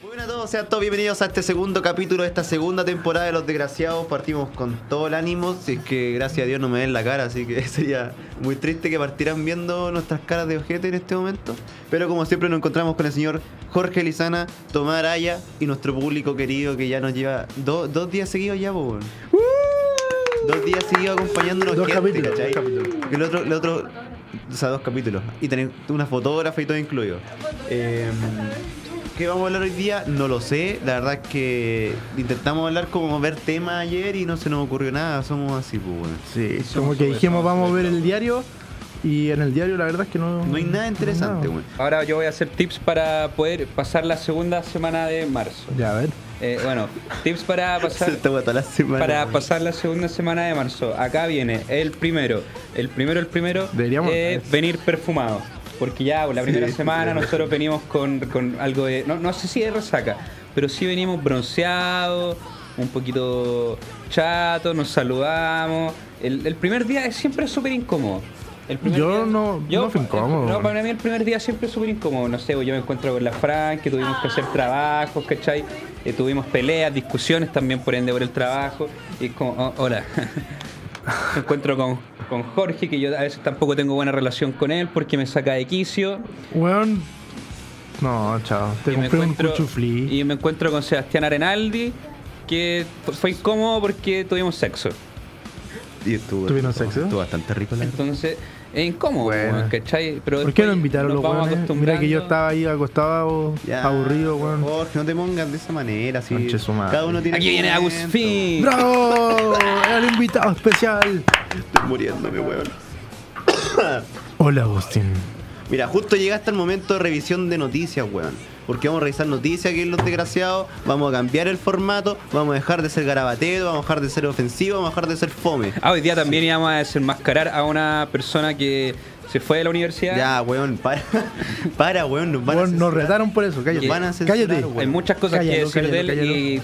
Buenas a todos, sean todos bienvenidos a este segundo capítulo de esta segunda temporada de Los Desgraciados. Partimos con todo el ánimo, si es que gracias a Dios no me ven la cara, así que sería muy triste que partieran viendo nuestras caras de ojete en este momento. Pero como siempre nos encontramos con el señor Jorge Lizana, Tomás Araya y nuestro público querido que ya nos lleva do- dos días seguidos ya, pues. Dos días seguidos acompañándonos Dos gente, capítulos, ¿cachai? dos capítulos. Porque El otro, el otro, o sea, dos capítulos. Y tener una fotógrafa y todo incluido. Eh, ¿Qué vamos a hablar hoy día? No lo sé. La verdad es que intentamos hablar como ver temas ayer y no se nos ocurrió nada. Somos así, pues, bueno. Sí, como que dijimos vamos a ver el diario y en el diario la verdad es que no... No hay nada interesante, no. weón. Ahora yo voy a hacer tips para poder pasar la segunda semana de marzo. Ya, a ver. Eh, bueno, tips para Se pasar está toda la semana. para weón. pasar la segunda semana de marzo. Acá viene el primero, el primero, el primero. Deberíamos- es venir perfumado, porque ya la primera semana nosotros venimos con, con algo de, no, no sé si de resaca, pero sí venimos bronceados, un poquito chatos, nos saludamos. El, el primer día es siempre súper incómodo. El primer Yo no- no fue el- incómodo. no, para mí el primer día siempre es súper incómodo. No sé, yo me encuentro con la Fran, que tuvimos que hacer trabajos, ¿cachai? Eh, tuvimos peleas, discusiones también, por ende, por el trabajo. Y es como, oh, hola. me encuentro con, con Jorge, que yo a veces tampoco tengo buena relación con él porque me saca de quicio. Weón... No, chao. Te Y me compré un encuentro- cuchuflí. Y me encuentro con Sebastián Arenaldi, que fu- fue incómodo porque tuvimos sexo. Y estuvo, ¿Tuvieron sexo? Estuvo bastante rico, la verdad. Entonces, es incómodo, Bueno. ¿cachai? Pero ¿Por qué no después invitaron nos los vamos weones? Mira que yo acostumbrando. estaba ahí acostado, Ya, aburrido, weón. Jorge, no te pongas de esa manera, así. Conche su madre. Cada uno tiene Aquí su viene momento. Agustín. ¡Bravo! El invitado especial. Estoy muriéndome, weón. Hola, Agustín. Mira, justo llega hasta el momento de revisión de noticias, weón. Porque vamos a revisar noticias aquí en Los Desgraciados, vamos a cambiar el formato, vamos a dejar de ser garabatero, vamos a dejar de ser ofensivo, vamos a dejar de ser fome. Ah, hoy día también íbamos a desenmascarar a una persona que se fue de la universidad. Ya, weón, para, para, weón, nos van a Weón, nos censurar. retaron por eso, cállate. Nos van a censurar, cállate. weón. Hay muchas cosas que Cállalo, decir cállalo, de él y...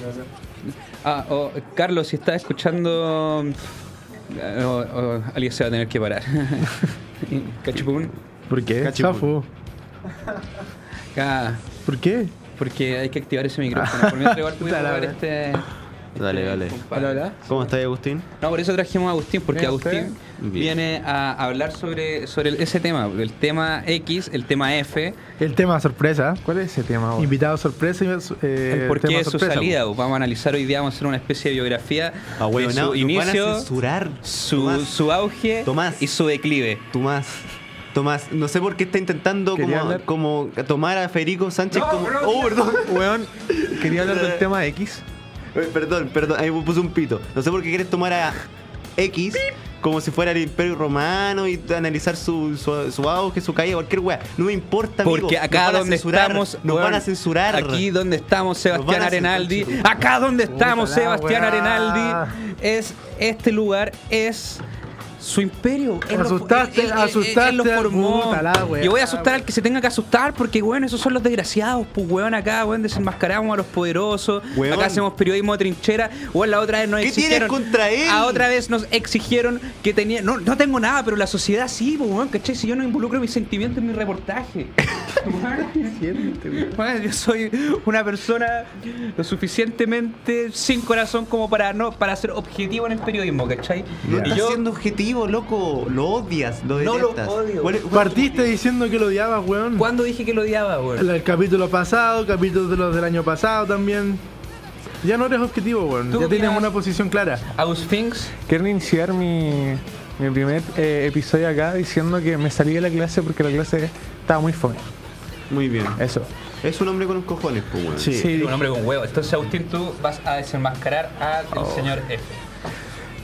Ah, oh, Carlos, si estás escuchando... oh, oh, alguien se va a tener que parar. Cachupún. ¿Por qué? Cachipún. Chafo. Acá, ¿Por qué? porque hay que activar ese micrófono. Por mientras igual pudimos Dale, grabar dale. este... Dale, este dale. compadre. ¿Cómo estás, Agustín? No, por eso trajimos a Agustín, porque Bien, Agustín usted. viene a hablar sobre, sobre el- ese tema, el tema X, el tema F, El tema sorpresa. ¿Cuál es ese tema? weón? Invitado sorpresa. y, eh, el porqué tema de su sorpresa, salida. Vamos a analizar hoy día, vamos a hacer una especie de biografía Ah, de weón, su no, nos van a inicio, censurar. su, Tomás, su auge Tomás. y su declive. Tomás, Tomás, no sé por qué está intentando Quería como, hablar. como tomar a Federico Sánchez como... oh, perdón. Weón, quería hablar del tema X. Eh, Perdón, perdón, ahí me puse un pito. No sé por qué quieres tomar a X como si fuera el imperio romano y analizar su, su, su auge, su caída, cualquier weá. No me importa, amigo. Porque Nos acá van a donde censurar, estamos, Nos weón, van a censurar. Aquí donde estamos, van Sebastián a censurar, Arenaldi. chicos. Acá donde estamos, Puta la Sebastián weá. Arenaldi. Es este lugar es su imperio. Él lo- Asustaste, él- él- él- él asustaste lo al formó. puta la weá. Y voy a asustar al que se tenga que asustar porque bueno, esos son los desgraciados, pues weón, acá weón desenmascaramos a los poderosos. Weón. Acá hacemos periodismo de trinchera. Weón, la otra vez nos ¿Qué tienes exigieron contra él? A otra vez nos exigieron que tenía no no tengo nada, pero la sociedad sí, pues weón, ¿cachai? Si yo no involucro mis sentimientos en mi reportaje. Weón. Bueno, yo soy una persona lo suficientemente sin corazón como para no para ser objetivo en el periodismo, ¿cachai? No Y estás yo siendo objetivo, loco. Lo odias, lo No lo detestas. odio. ¿Cuál es- cuál weón. es tu Partiste motivo? diciendo que lo odiabas, weón. ¿cuándo dije que lo odiaba, weón? El, el capítulo pasado, capítulos de los del año pasado también. Ya no eres objetivo, weón. ¿Tú Ya tienes opinas? una posición clara. Ausfinx, Quiero iniciar mi, mi primer eh, episodio acá diciendo que me salí de la clase porque la clase estaba muy fome. Muy bien. Eso. Es un hombre con unos cojones, pues, weón. Sí. un hombre con huevo. Entonces, Agustín, tú vas a desenmascarar al Oh. señor F.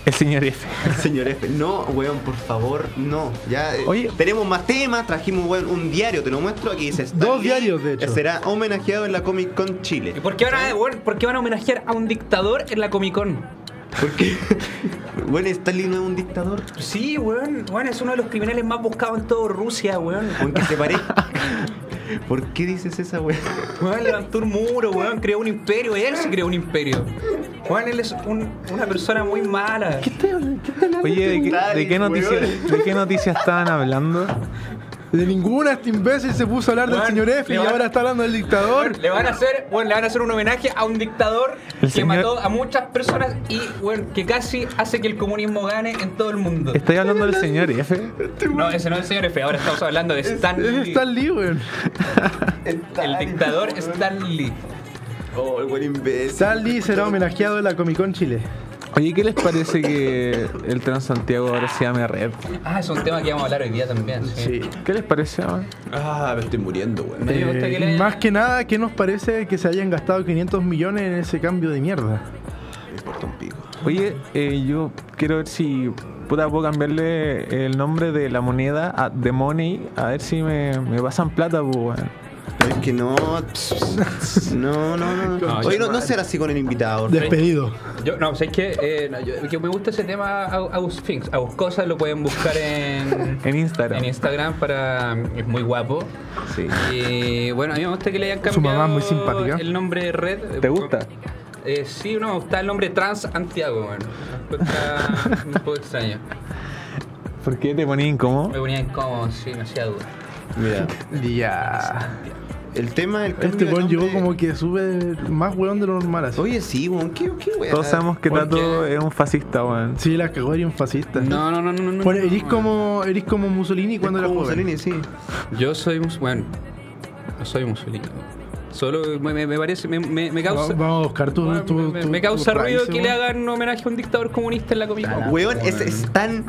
El señor F. Señor F. No, weón, por favor, no. Ya eh, Oye. tenemos más temas, trajimos weón, un diario, te lo muestro aquí. Dice, Stan Dos Lee diarios, de hecho. Será homenajeado en la Comic Con Chile. ¿Y por qué, van a, weón, por qué van a homenajear a un dictador en la Comic Con? Porque, bueno, Stalin no es un dictador. Sí, weón, weón, es uno de los criminales más buscados en todo Rusia, weón. Aunque se parezca. ¿Por qué dices esa weá? Juan levantó un muro, weón, creó un imperio, él se creó un imperio. Juan, él es un- una persona muy mala. ¿Qué está- qué está hablando Oye, ¿de qué, de qué noticias, ¿de qué noticias estaban hablando? De ninguna este imbécil se puso a hablar del Bueno, señor F y le va- ahora está hablando del dictador. Le van a hacer, weón, le van a hacer un homenaje a un dictador que El señor- mató a muchas personas y weón, que casi hace que el comunismo gane en todo el mundo. ¿Estáis hablando del señor F? No, ese no es el señor F, ahora estamos hablando de Stan Este Es Lee. Stan Lee, weón. El dictador Stan Lee. Oh, el buen imbécil. Stan Lee será homenajeado en la Comic Con Chile. Oye, ¿qué les parece que el Transantiago ahora se llame Red? Ah, es un tema que vamos a hablar hoy día también. Sí. ¿Qué les parece? weón? Ah, me estoy muriendo, weón. Me gusta Eh, que le- más que nada, ¿qué nos parece que se hayan gastado 500 millones en ese cambio de mierda? Me importa un pico. Oye, eh, yo quiero ver si puta, puedo cambiarle el nombre de la moneda a The Money, a ver si me, me pasan plata, pues, weón. Es que no. No, no, no. no. Oye, no, no será así con el invitado. Despedido. Yo, no, sé que me gusta ese tema a Sphinx. A Cosas lo pueden buscar en, En Instagram. en Instagram para. Es muy guapo. Sí. Y bueno, a mí me gusta que le hayan cambiado. Su mamá es muy simpática. El nombre Red. ¿Te gusta? Eh, sí, no, me gusta el nombre Trans Santiago, bueno. Me encuentra un poco extraño. ¿Por qué te ponía Me incómodo? ponía incómodo, sí, no hacía duda. Mira, Ya. el tema del cambio Este de weón llegó nombre- como que sube más weón de lo normal así. Oye, sí, weón. ¿Qué, qué weón? Todos sabemos que ¿Por Tato qué? es un fascista, weón. Sí, la cagó y un fascista. No, no, no, no. no, Bueno, no, eres no. como, eres como Mussolini cuando cuando era la joven. Mussolini, sí. Yo soy mus- bueno, no soy musulmán. Solo me, me- me parece, me, me- me Va- causa. Vamos a buscar tu, bueno, tu- me- me, tu- me causa tu raíz, ruido que weón. le hagan homenaje a un dictador comunista en la Comic Con. Weón, es Stan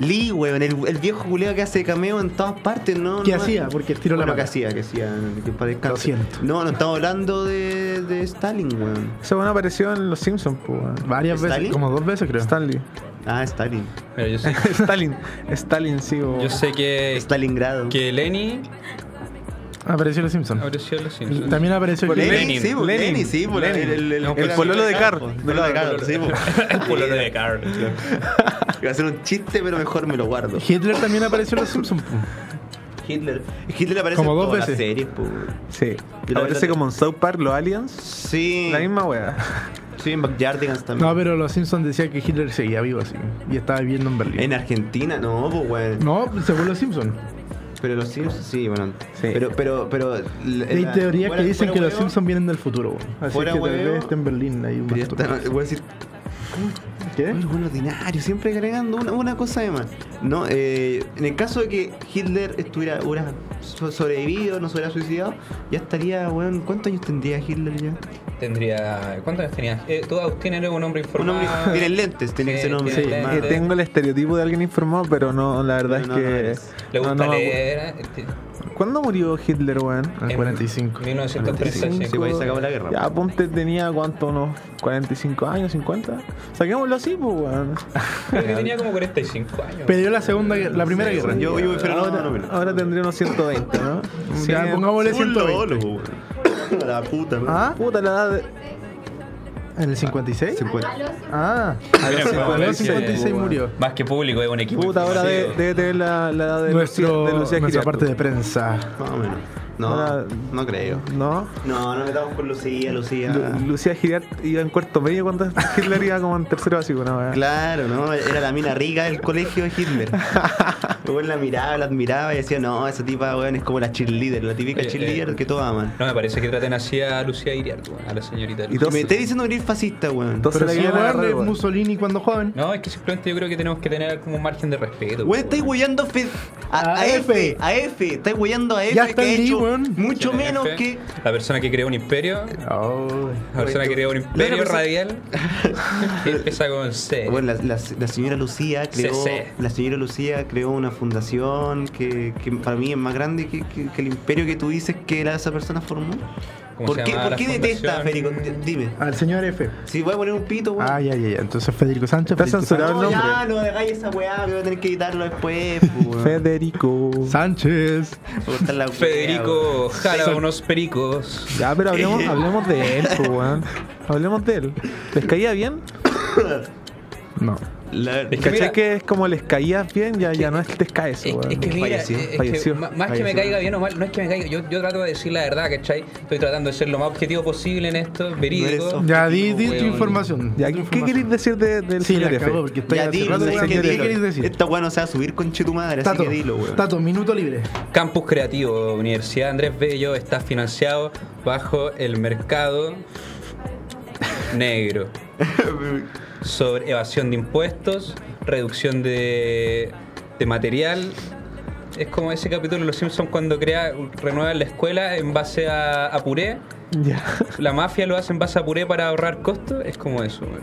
Lee, weón. El, el viejo culeo que hace cameo en todas partes, ¿no? no- ¿Qué hacía? Porque tiró la Bueno, que pata. hacía, que hacía. Que para descanso. Lo siento. No, no estamos hablando de, de Stalin, weón. Ese weón apareció en Los Simpsons, pues, weón. Varias ¿Stalin? veces, como dos veces creo. Stanley. Ah, Stalin. Pero yo sé, Stalin. Stalin, sí, weón. yo sé que, Stalingrado. Eh, que Lenny Apareció los Simpsons. apareció en los Simpsons. También apareció Por el- Lenin, Lenin, sí, po, Lenin, Lenin, sí, po, Lenin. No, El pololo de Carr. Carlos. El pololo de Carlos, sí, po. El pololo de Carl. Iba a hacer un chiste, pero mejor me lo guardo. Hitler también apareció en los Simpsons. po. Hitler. Hitler aparece Como en dos todas veces. las series, po. Sí. Yo la Aparece verdad- como en South Park, los Aliens. Sí. La misma weá. Sí, en Backyardigans también. No, pero los Simpsons decían que Hitler seguía vivo así. Y estaba viviendo en Berlín. En Argentina, no, pues, weón. No, según los Simpsons. Pero los Simpsons, sí, bueno. Sí. Pero, pero, pero. la- Hay la- teorías fuera- que dicen fuera que los huevo, Simpsons vienen del futuro. weón. Así Fuera que tal huevo. vez esté en Berlín. Hay un pero ya está- montón. Voy a decir, ¿Qué? "Uy, buen ordinario, siempre agregando una, una cosa de más. No, eh, en el caso de que Hitler estuviera hubiera so- sobrevivido, no se hubiera suicidado, ya estaría, weón, ¿cuántos años tendría Hitler ya? Tendría. ¿Cuántos años tenías? Eh, tú, Agustín, eres un hombre Un informado. hombre, tiene lentes, tiene que Sí, ser un hombre. Ah, tiene sí, lentes. más- Eh, tengo el estereotipo de alguien informado, pero no, la verdad Pero no, no es eres. que. Le gusta no, no me acu- leer. eh, t- ¿Cuándo murió Hitler, weón? Al en 45. 1935. Sí, pues ahí se acabó la guerra. Ya, ponte, tenía cuánto, unos 45 años, 50. Saquémoslo así, pues, weón. Creo que tenía como 45 años. Perdió la segunda, guerra- la primera guerra. Yo, yo prefiero no, ahora, no, no. ahora tendría unos 120, ¿no? Ya, Cien- pongámosle Un 120. lolo, weón. La puta, weón. ¿Ah? Puta, la edad de. ¿En el 56? 50. Ah, a los Mira, cincuenta- en Parece- el 56 pues, murió. Más que público, es un equipo. weón. Puta, ahora informativo. debe, debe tener la, la edad de Nuestro, Lucía, de Lucía nuestra Giriardo. parte de prensa. Más o menos. No, Ahora- no creo. No. No, no metamos con Lucía, Lucía. Lu- Lucía Giriart iba en cuarto medio cuando Hitler iba como en tercero básico, ¿no? weón? Claro, ¿no? Era la mina rica del colegio de Hitler. Luego la miraba, la admiraba y decía, no, esa tipa, weón, es como la cheerleader, la típica Oye, cheerleader eh, que todos aman. No, me parece que traten así a Lucía Iriart, weón, a la señorita. Y Y entonces- me estáis diciendo venir fascista, weón. Entonces- Pero la si guerra weón, agarró, es weón. Mussolini cuando joven. No, es que simplemente yo creo que tenemos que tener como un margen de respeto. Weón, estáis weón. weyando fe- a, A a F, F. a F, estáis weyando a F, Ya que está ha el Lee, hecho weón. mucho Tiene menos fe. que... La persona que creó un imperio. Oh. La persona que creó un imperio persona- radial. que empieza con C. Bueno, la, la- la señora Lucía creó, CC. la señora Lucía creó una fundación que, que para mí es más grande que, que- que el imperio que tú dices que la- esa persona formó. ¿Cómo ¿Por se qué, llamaba ¿por la qué detesta a Federico? fundación? D- Dime. Al señor F. Si voy a poner un pito, weón. Ah, ya, ya, ya. Entonces Federico Sánchez. Está Federico censurado el no, nombre. ya, no hagáis esa weá, que voy a tener que editarlo después, po, weón. Federico. Sánchez. Voy a cortar la weá, weón. Federico jala unos pericos. Ya, pero hablemos, hablemos de él, po, weón. Hablemos de él. ¿Les caía bien? No. La- Es ¿Cachai mira- que es como les caías bien? Ya, ya no es les caes, Es, weón. es que mira, Falleció, es que falleció, ma- más que me falleció. caiga bien o mal, no es que me caiga, yo, yo trato de decir la verdad, ¿cachai? Estoy tratando de ser lo más objetivo posible en esto, verídico. objetivo, Ya, di, di tu weón. información. Ya, di tu ¿Qué información. queréis decir de- del Sí, señor la F? cagó porque estoy Ya hace dilo, rato, ¿sabes weón. qué? ¿Qué Dilo. queréis decir? Esta weá no se va a subir con tu madre, así Tato, que dilo, weón. Tato, minuto libre. Campus Creativo, Universidad Andrés Bello, está financiado bajo el mercado negro. Sobre evasión de impuestos, reducción de, de material. Es como ese capítulo de Los Simpsons cuando crea, renuevan la escuela en base a, a puré. Ya. La mafia lo hace en base a puré para ahorrar costos. Es como eso, weón.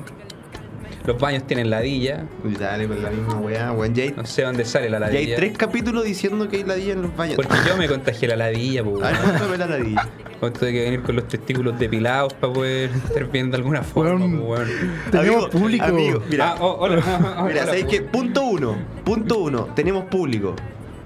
Los baños tienen ladilla. Uy, Dale con la misma weá, weón. Ya hay, No sé dónde sale la ya hay ladilla. tres capítulos diciendo que hay ladilla en los baños. Porque yo me contagié la ladilla, po, A ver, weón. cuéntame la ladilla. O tuve que venir con los testículos depilados para poder estar bien de alguna forma, Weón. po, weón. Tenemos público. Amigo, mira. Ah, oh, hola. Mira, Hola, pues, ¿sabéis po. qué? Punto uno. Punto uno. Tenemos público.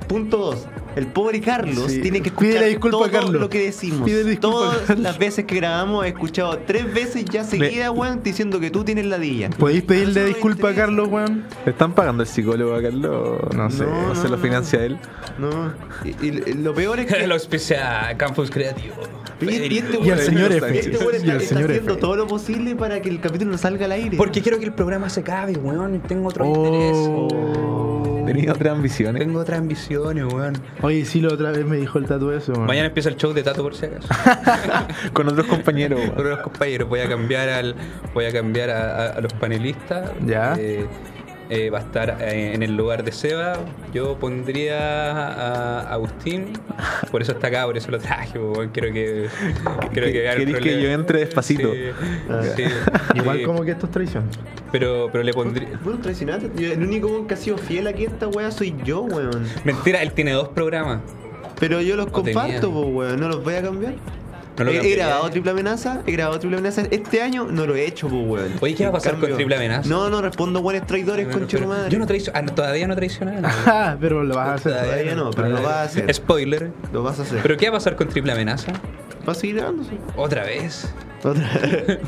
Punto dos. El pobre Carlos Sí. tiene que escuchar Pídele disculpa todo a Carlos. lo que decimos. Pídele disculpa a Todas Carlos. las veces que grabamos he escuchado tres veces ya seguida, weón, diciendo que tú tienes ladilla. ¿Podéis Eso pedirle no me disculpa a interesa. Carlos, weón? ¿Le están pagando el psicólogo a Carlos? No sé. No, No, se lo no, financia él. No. Y, y lo peor es que Lo auspicia Campus Creativo. Y, y este Y al weón- señor F. Este weón Y está, al está señor haciendo F. todo lo posible para que el capítulo no salga al aire. Porque quiero que el programa se acabe, weón. Tengo otro interés. Oh. Tenía otras ambiciones. Tengo otras ambiciones, weón. Oye, sí, la otra vez me dijo el tatu eso, weón. Mañana empieza el show de Tato por si acaso. Con otros compañeros. weón. Pero los compañeros, voy a cambiar al, voy a cambiar a, a- a los panelistas. Ya. Eh, eh, va a estar eh, en el lugar de Seba. Yo pondría a Agustín. Por eso está acá, por eso lo traje. po, weón. Quiero que. Quiero que vea el Querís que problema. yo entre despacito. Sí, Ah. sí. Igual Eh, como que esto es traición. Pero, pero le pondría. Bueno, traicionante. Yo- El único weón que ha sido fiel aquí a esta weá soy yo, weón. Mentira, él tiene dos programas. Pero yo los No comparto, tenía. po, weón. No los voy a cambiar. No lo he, he cambiaría. grabado triple amenaza, he grabado triple amenaza. Este año no lo he hecho, po, weón. Oye, ¿qué va a En pasar con Triple Amenaza? No, no respondo buenos traidores, con concha de tu madre. Yo no traiciono. todavía no traicioné. Ajá, pero lo vas a hacer. Todavía no, pero lo vas a hacer. Spoiler. Lo vas a hacer. ¿Pero qué va a pasar con Triple Amenaza? ¿Vas a seguir grabando? sí. ¿Otra vez? Otra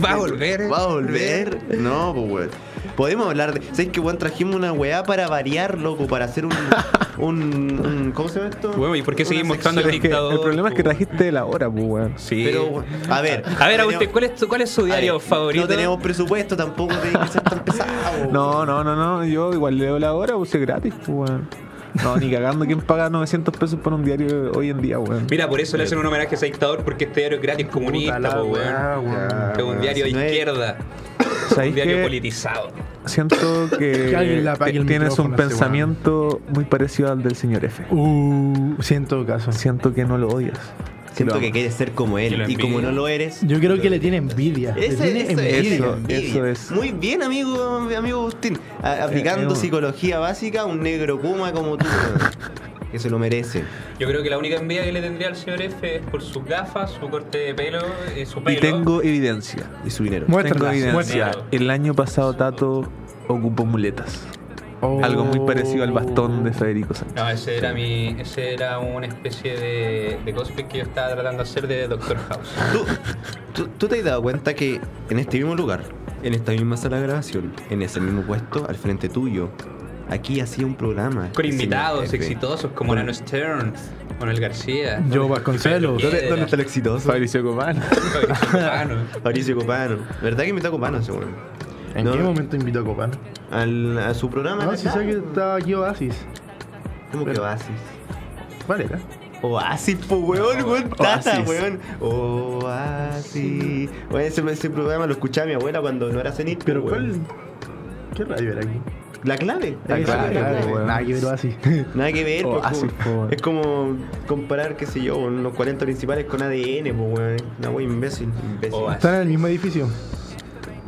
¿Va a volver? ¿Va a volver? No, pues, weón. Podemos hablar de. ¿Sabes que, weón, trajimos una weá para variar, loco? Para hacer un. un, un- ¿Cómo se llama esto? Weón, ¿y por qué Una seguís mostrando sección. Es que el problema es que po. trajiste la hora, pues, weón. Sí. Pero, weón, a ver. a ver, Agustín, tenemos- ¿cuál es, tu- ¿cuál es su a ver, diario favorito? No tenemos presupuesto, tampoco tiene que ser tan pesado. No, no, no, no. Yo igual leo la hora, pues es gratis, pues, weón. No, ni cagando. ¿Quién paga 900 pesos por un diario hoy en día, weón? Mira, por eso le hacen un homenaje a ese dictador, porque este diario es gratis comunista, Puta la po, weá, weón. weón. Es un diario de si no es- izquierda. ¿Sabéis Un diario qué? politizado. Siento que, Que alguien le apague te- el tienes un micrófono a ese pensamiento muy parecido al del señor F. Uh, siento caso. Siento que no lo odias. Siento lo que amo. quieres ser como Que lo él. Y como envidia. no lo eres. Yo creo que le tiene envidia. Le Ese, tiene eso, es, envidia. eso, Eso es. Muy bien, amigo, amigo Agustín. A- aplicando eh, psicología básica, un negro Kuma como tú. weón. que se lo merece. Yo creo que la única envidia que le tendría al señor F es por sus gafas, su corte de pelo, eh, su pelo. Y tengo evidencia. Y su dinero. tengo Muéstrala, evidencia. muéstrala. El año pasado Tato ocupó muletas. Oh. Algo muy parecido al bastón de Federico Sánchez. No, ese era mi. Ese era una especie de, de cosplay que yo estaba tratando de hacer de Doctor House. ¿Tú, tú, tú te has dado cuenta que en este mismo lugar, en esta misma sala de grabación, en ese mismo puesto, al frente tuyo, aquí hacía un programa. Con el señor invitados F. exitosos como Nano Stern, Manuel García. Yo Vasconcelos. Pedro ¿Dónde, Piedra, dónde está el exitoso? Fabricio Copán. Fabricio Copano. Fabricio Copano. ¿Verdad que invitó a Copano ese weón? ¿En No, qué momento invitó a Copán? al- a su programa. No, acá. si Ah, sé que estaba aquí Oasis. ¿eh? ¿Cómo que Oasis? ¿Cuál era? Oasis, po, weón, weón, tata, Oasis. weón. Oasis. Bueno, ese, ese programa lo escuchaba mi abuela cuando no era cenit. ¿Pero po, weón. cuál? ¿Qué radio era aquí? La clave. La Ahí clave, sale clave, Claro, weón. Nada que ver Oasis. Nada que ver, po, Oasis, po. po, weón. Es como comparar, qué sé yo, los 40 principales con ADN, po, weón. Una wea imbécil. imbécil. Oasis. Están en el mismo edificio.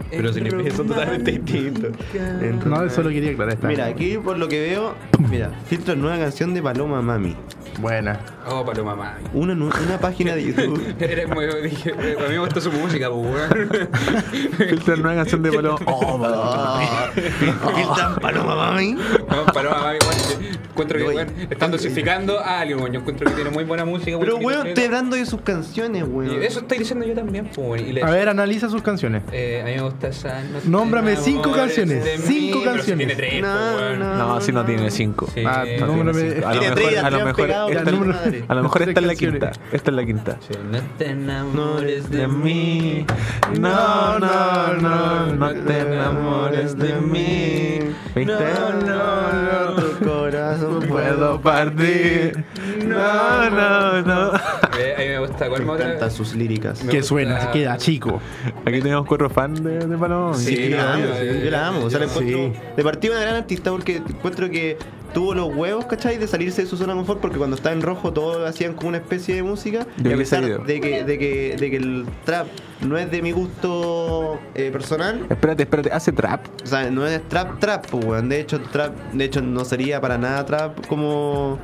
Pero sin embargo, son totalmente distintos. Entonces, No, solo quería aclarar esta. Mira, aquí por lo que veo, mira, filtra nueva canción de Paloma Mami. Buena. Oh, Paloma Mami. Una, nu- una página de YouTube. Era como yo dije, eh, a mí me gusta su música, pues, weón. Filtrar una canción de Paloma. Oh, Paloma. Ah, filtran paloma mami. No, Paloma Mami, weón. Encuentro que, Oye, weón, están dosificando a alguien, weón. Yo encuentro que tiene muy buena música, Pero, tiene weón, estoy calidad. hablando de sus canciones, weón. Y Eso estoy diciendo yo también, pues, weón. Y le- A ver, analiza sus canciones. Eh, a mí me gusta esa noche, Nómbrame amores cinco de canciones, mí. cinco Pero si canciones. Tiene tres, No, pues, weón. no. No, si no tiene cinco. Sí. Ah, Eh, No tiene nómbrame- cinco. A lo Tiene mejor, tres, a lo Adrián mejor, Pegado, esta, la madre. a lo mejor esta es la Tres quinta. canciones. Esta es la quinta. Si no te enamores de mí. mí. No, no, no, no te enamores de mí. ¿Viste? No, no, no, tu corazón puedo. partir. No, no, no. Eh, a mí me gusta. Me ¿Cuál me gusta? encantan sus líricas. Me Que gusta- suena, se queda chico. Aquí tenemos cuatro fans de, de Paloma. Sí. Sí, yo la amo, eh, sí, yo la amo. O sea, la yo- encuentro. De partida una gran artista porque encuentro que tuvo los huevos, ¿cachai? De salirse de su zona de confort porque cuando estaba en rojo todos hacían como una especie de música. Yo y a vi ese pesar video. de que, de, que, de que el trap no es de mi gusto eh, personal. Espérate, espérate. ¿Hace trap? O sea, no es trap trap, pues, weón. De hecho, trap, de hecho, no sería para nada trap como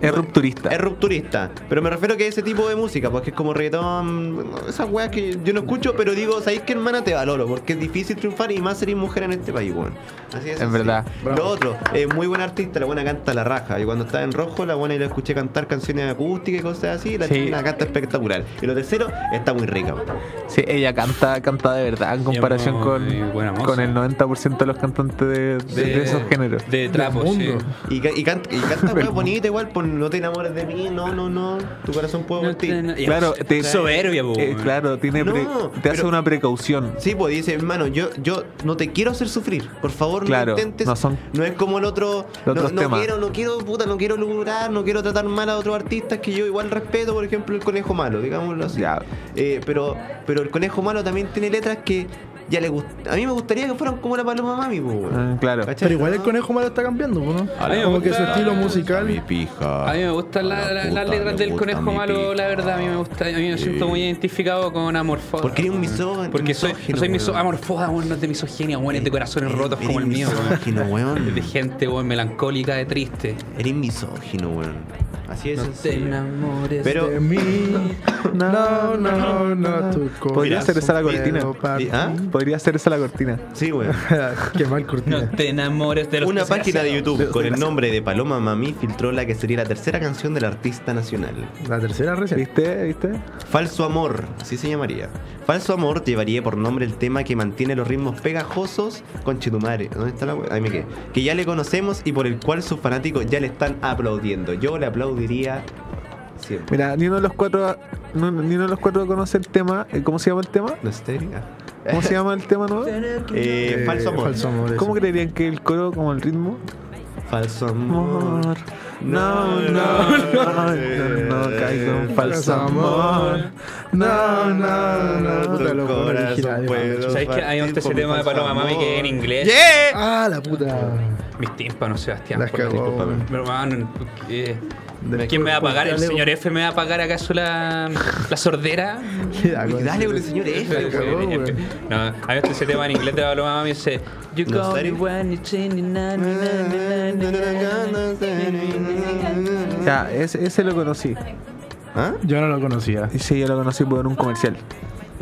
Es rupturista. Es rupturista. Pero me refiero que ese tipo de música, porque es como reggaetón, esas weas que yo no escucho, pero digo, ¿sabéis que hermana te valoro? Porque es difícil triunfar y más ser mujer en este país, weón. Así es. Es verdad. Lo otro, es muy buena artista, la buena canta la raja. Y cuando estaba en rojo, la buena y la escuché cantar canciones acústicas y cosas así, la Sí. china canta espectacular. Y lo tercero, está muy rica, weón. Sí, ella canta, canta de verdad en comparación muy buena con, moza. con el 90% de los cantantes de, de- de esos géneros. De trapo, sí. mundo. Y, ca- y canta, y canta weas bonitas igual, por no te enamores de mí, no, no, no. Tu corazón puede No mentir. te- no- Claro, ya, te- soberbia, po, Eh, weón. claro, tiene pre- No, te hace pero- una precaución. Sí, pues dice, hermano, yo, yo no te quiero hacer sufrir. Por favor, Claro, no intentes. no son- no es como el otro. Los no, otros no temas. quiero, no quiero, puta, no quiero lucrar, no quiero tratar mal a otros artistas que yo igual respeto, por ejemplo, el conejo malo, digámoslo así. Ya. Eh, pero, pero el conejo malo también tiene letras que ya le gust- A mí me gustaría que fueran como la paloma mami, pues. weón. Ah, claro. ¿Cachai? Pero igual el conejo malo está cambiando, ¿no? mí me Como que su gusta- estilo musical. pija. A Ah, mí me gustan la- la- las letras del conejo malo, la verdad. A mí me gusta, a mí me siento muy identificado con Amorfoda. Porque eres un weón. misógino, Porque soy, misógino, soy miso weón. Amorfoda, weón, no es de misoginia, weón, es de corazones Eres- rotos eres como el mío, weón. misógino, Es de weón. gente, weón, melancólica, de triste. Eres misógino, weón. Así es. No te enamores Pero- de De mí. No, no, no, tu Podría Mira, hacer esa la son cortina. piedra, pa- ¿Ah? Podría hacer esa la cortina. Sí, weón. Qué mal No cortina. te enamores de los Una página de desgraciados. YouTube con el nombre de Paloma Mami filtró la que sería la tercera canción del artista nacional. La tercera recién. ¿Viste? ¿Viste? Falso Amor, así se llamaría. Falso Amor llevaría por nombre el tema que mantiene los ritmos pegajosos con Chitumare. ¿Dónde está la we- Ahí me quedé. Que ya le conocemos y por el cual sus fanáticos ya le están aplaudiendo. Yo le aplaudiría siempre. Mira, ni uno de los cuatro, no- ni uno de los cuatro conoce el tema. eh, ¿Cómo se llama el tema? ¿No es técnica? ¿Cómo se llama el tema nuevo? Eh, falso amor. Falso amor. ¿Cómo eso. creerían que el coro como el ritmo? Falso Amor. amor. No, no, no, no, no caigo en falso amor. Eh, No, no, no. Tu Puta, lo bueno, corazón original, puedo hermano. ¿Sabes que hay partir un ese por tema de falso Paloma Mami amor? que es en inglés? Ah, la puta. Mis tímpanos, Sebastián. Las por favor. cagó. discúlpame. Pero, hermano, eh, De- ¿quién me va a pagar? ¿El Dale, señor F me va a pagar acaso la, la sordera? queda Y con- dale con el señor F. La cagó, güey. No, a mí este ese tema en inglés de Paloma Mami dice You ¿No call me serio? when you change it, na, na, na, na, na, na, na. Ya, ese, ese lo conocí. ¿Ah? Yo no lo conocía. Y sí, yo lo conocí por un comercial.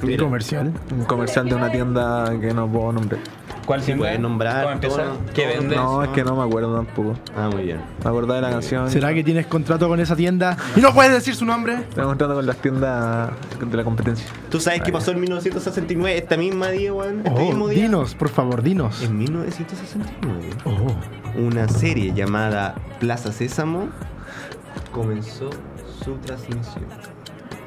Un comercial. Un comercial de una tienda que no puedo nombrar. ¿Cuál tienda? puede nombrar ¿Cómo empieza? todo, ¿Qué todo. vende? No, es que no me acuerdo tampoco. Ah, muy bien. Me acordaba de la canción. ¿Será que tienes contrato con esa tienda y no puedes decir su nombre? Estaba encontrando con las tiendas de la competencia. ¿Tú sabes qué pasó en 1969? Esta misma día, weón. Este mismo Oh, día. Em- dinos, por favor, dinos. En 1969, Oh, una serie llamada Plaza Sésamo comenzó su transmisión.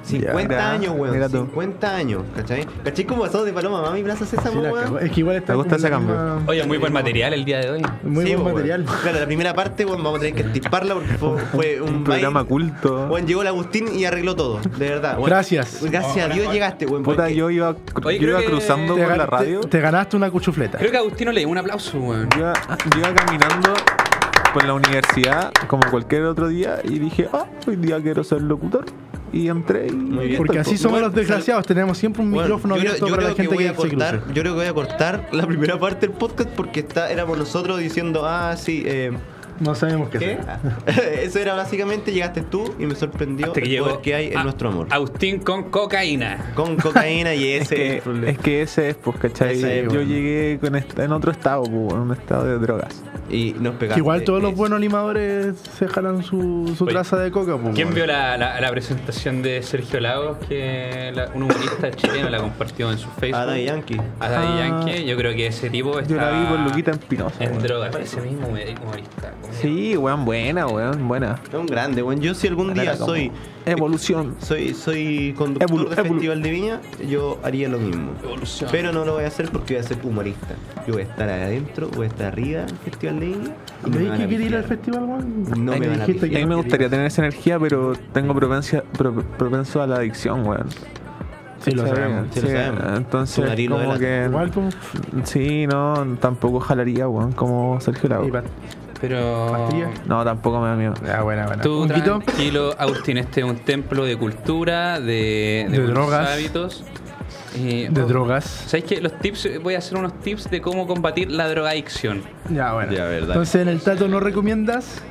50 mira, años, weón. mira tú. 50 años, ¿cachai? ¿Cachai cómo pasó de Paloma Mami Plaza sí, Sésamo, la weón? cagó. es que igual está Me gusta como ese en la cambio. misma- Oye, muy buen material el día de hoy. Muy Sí, buen pues, material. weón. Claro, la primera parte, weón, vamos a tener que estiparla porque fue, fue un, Un programa baile. culto. Weón, llegó el Agustín y arregló todo, de verdad. weón. Gracias. Gracias a Dios llegaste, weón. Puta, porque- yo iba, Oye, yo creo iba que cruzando Te, por la gan- radio. te- te ganaste una cuchufleta. Creo que a Agustino le dio un aplauso, weón. Yo, iba, yo iba caminando por la universidad como cualquier otro día y dije, ah, hoy día quiero ser locutor. Y entré y... Muy bien. Porque así somos Bueno, los desgraciados, tenemos siempre un Bueno, micrófono yo creo- abierto yo para la creo que gente voy que, a se cortar, cruce. Yo creo que voy a cortar la primera parte del podcast porque está, éramos nosotros diciendo, ah, sí, eh, No sabemos qué, ¿Qué? hacer. Eso era básicamente, llegaste tú y me sorprendió Hasta que el llegó poder que hay en a- nuestro amor. Agustín con cocaína. Con cocaína y ese Es que, el problema. es que ese es, pues, ¿cachai? Ese es, Yo bueno. llegué con est- en otro estado, pues, en un estado de drogas. Y nos Que pegaste. igual todos los Eso. buenos animadores se jalan su, su Oye, traza de coca. po, ¿Quién weón. vio la, la- la presentación de Sergio Lagos? Que la- un humorista chileno la compartió en su Facebook. Ah, Daddy Yankee. A Daddy Ah. Yankee. Yo creo que ese tipo está Yo la vi por Luquita Espinosa. en weón. drogas. Ese mismo humorista. como Sí, weón, buena, weón, buena. Es un grande, bueno. Yo si algún día Era como soy. Evolución. Soy, soy conductor Evolu- de evolu- Festival de Viña, yo haría lo mismo. Evolución. Pero no lo voy a hacer porque voy a ser humorista. Yo voy a estar adentro, voy a estar arriba del Festival de Viña. y ¿Creí me van que a quería ir al pifiar. festival, weón? No Ahí me van a dijiste Y a mí que me gustaría tener esa energía, pero tengo propensia, pro- propenso a la adicción, weón. Sí, lo ¿Cachai? sabemos. sí lo sabemos. Tu Entonces, nariz lo como que. Igual como Sí, no, tampoco jalaría, weón, como Sergio Lago. Y pa- Pero. Pastilla. No, tampoco me da miedo. Ah, buena, buena. Tú Un poquito. tranquilo, Agustín. Este es un templo de cultura, de, De buenos drogas. hábitos. Y- De oh, drogas. ¿Sabéis que los tips? Voy a hacer unos tips de cómo combatir la drogadicción. Ya, bueno. Ya, verdad. Entonces, en el Tato no recomiendas.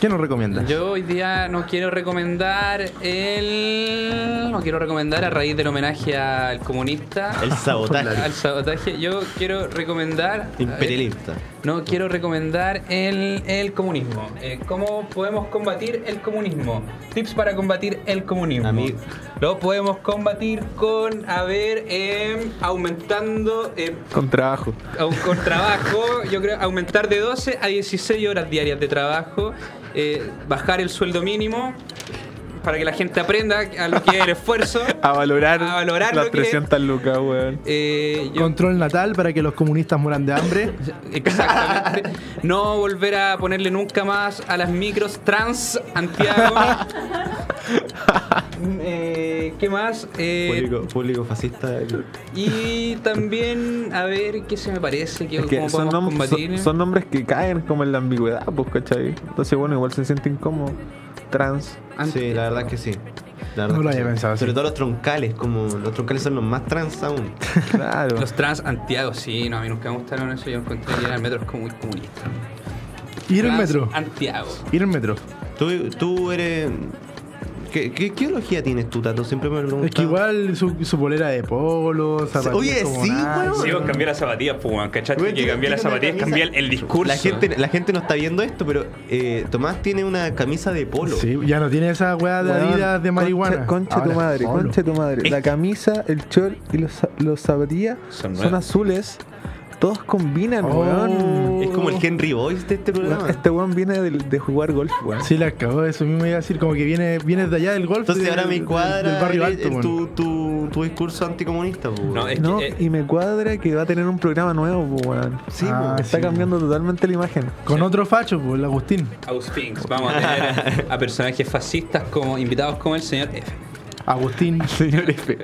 ¿Qué nos recomiendas? Yo hoy día no quiero recomendar el. No quiero recomendar a raíz del homenaje al comunista. El sabotaje al sabotaje. Yo quiero recomendar. eh, imperialista. No, quiero recomendar el, el comunismo. Eh, ¿Cómo podemos combatir el comunismo? Tips para combatir el comunismo. Amigo. Lo podemos combatir con, a ver, em, aumentando, eh, Con trabajo. au- con trabajo, yo creo, aumentar de 12 a 16 horas diarias de trabajo, eh, bajar el sueldo mínimo para que la gente aprenda a lo que es el esfuerzo. A valorar, A valorar las lo que- 300 lucas, weón. Eh, yo- Control natal para que los comunistas mueran de hambre. Exactamente. No volver a ponerle nunca más a las micros trans Santiago. Eh, ¿Qué más? Eh, Público, público fascista. y también, a ver, ¿qué se me parece? ¿Qué, Es que ¿Cómo son, podemos nom- combatir? son- son nombres que caen como en la ambigüedad, pues, ¿cachai? Entonces, bueno, igual se sienten como trans. Ant- Sí, la verdad que sí. La verdad No lo que había sí. pensado Sobre así. todo los troncales, como los troncales son los más trans aún. Claro. Los trans Santiago, sí, no, a mí nunca me gustaron eso. Yo encontré que ir al metro es como muy comunista. Ir en Trans metro. Santiago. Ir en metro. Tú, tú eres. ¿Qué, qué, qué ideología tienes tú, Tato? Siempre me lo preguntan. Es que igual su, su polera de polo, zapatillas Oye, como sí, Nike. weón. Sí, vos las zapatillas, pues, ¿cachaste? Güey, tiene- tiene una camisa- La gente, la gente no está viendo esto, pero eh, Tomás tiene una camisa de polo. Sí, ya no tiene esa weá de Weón, adidas de concha- marihuana. Concha, Ahora tu madre, polo. concha tu madre. La camisa, el chol y los, los zapatillas Son son, nuevas. azules. Todos combinan, Oh. weón. Es Uh. como el Henry Boyce de este programa. Weón, Este weón viene de, de jugar golf, weón. Sí, la cagó, eso mismo iba a decir, como que viene, viene de allá del golf. Entonces del- ahora me del- cuadra Del barrio el- alto, el- weón. tu, tu, tu discurso anticomunista. po. No, es- No, que, eh, y me cuadra que va a tener un programa nuevo, po, weón. pues, Sí, Ah, po. Está sí. cambiando totalmente la imagen. Con otro facho, pues, el Agustín. Ausfinks. Vamos a tener a personajes fascistas como invitados como el señor F. Agustín. Señor F.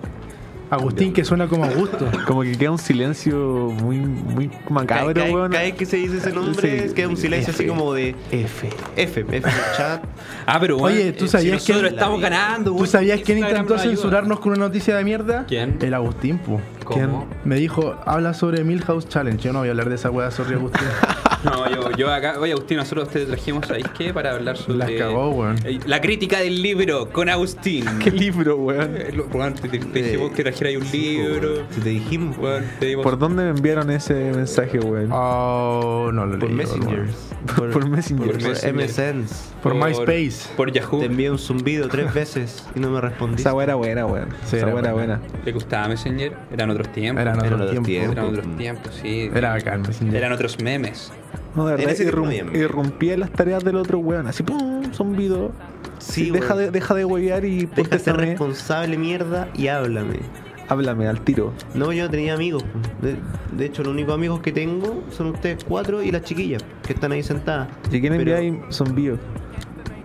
Agustín que suena como Augusto. Como que queda un silencio muy, muy Cada- macabro, cada, weón. cada vez que se dice ese nombre Sí. es queda un silencio así como de F. F, F en el chat. Ah, pero bueno, Oye, ¿tú eh, sabías si que- nosotros estamos ganando, ¿Tú güey, sabías quién Instagram intentó nos ayuda. censurarnos con una noticia de mierda? ¿Quién? El Agustín, pues. ¿Cómo? Me dijo, habla sobre Milhouse Challenge. Yo no voy a hablar de esa weá, sorry Agustín. No, yo, yo acá. Oye, Agustín, nosotros te trajimos, ¿sabéis qué? Para hablar sobre. Las cagó, güey. Eh, La crítica del libro con Agustín. Qué libro, weón. Eh, lo- güey, te, te- te dijimos que trajeras un libro. Si te dijimos po, Güey, te dimos- ¿Por dónde me enviaron ese mensaje, weón? Oh, no lo por leí, Messenger, weón. por, por Messenger. por por MSN. Por MySpace. Por Yahoo. Te envié un zumbido tres veces y no me respondiste. Esa weá era buena, weón. Sí, Esa era weá era buena. ¿Le gustaba Messenger? Eran otros tiempos. Eran Eran otros otros tiempos. Eran tiempos. otros tiempos, sí. Era bacán, Messenger. Eran otros memes. No, de En verdad, ese tiempo irrum- no había- irrumpía en las tareas del otro weón. Así, pum, zombido. Sí, Y deja weón. de, deja de huevear y Deja de ser póntesame. responsable, mierda, y háblame. Háblame al tiro. No, yo no tenía amigos. po. De, de hecho, los únicos amigos que tengo son ustedes cuatro y las chiquillas que están ahí sentadas. Si quieren Pero enviar zombido,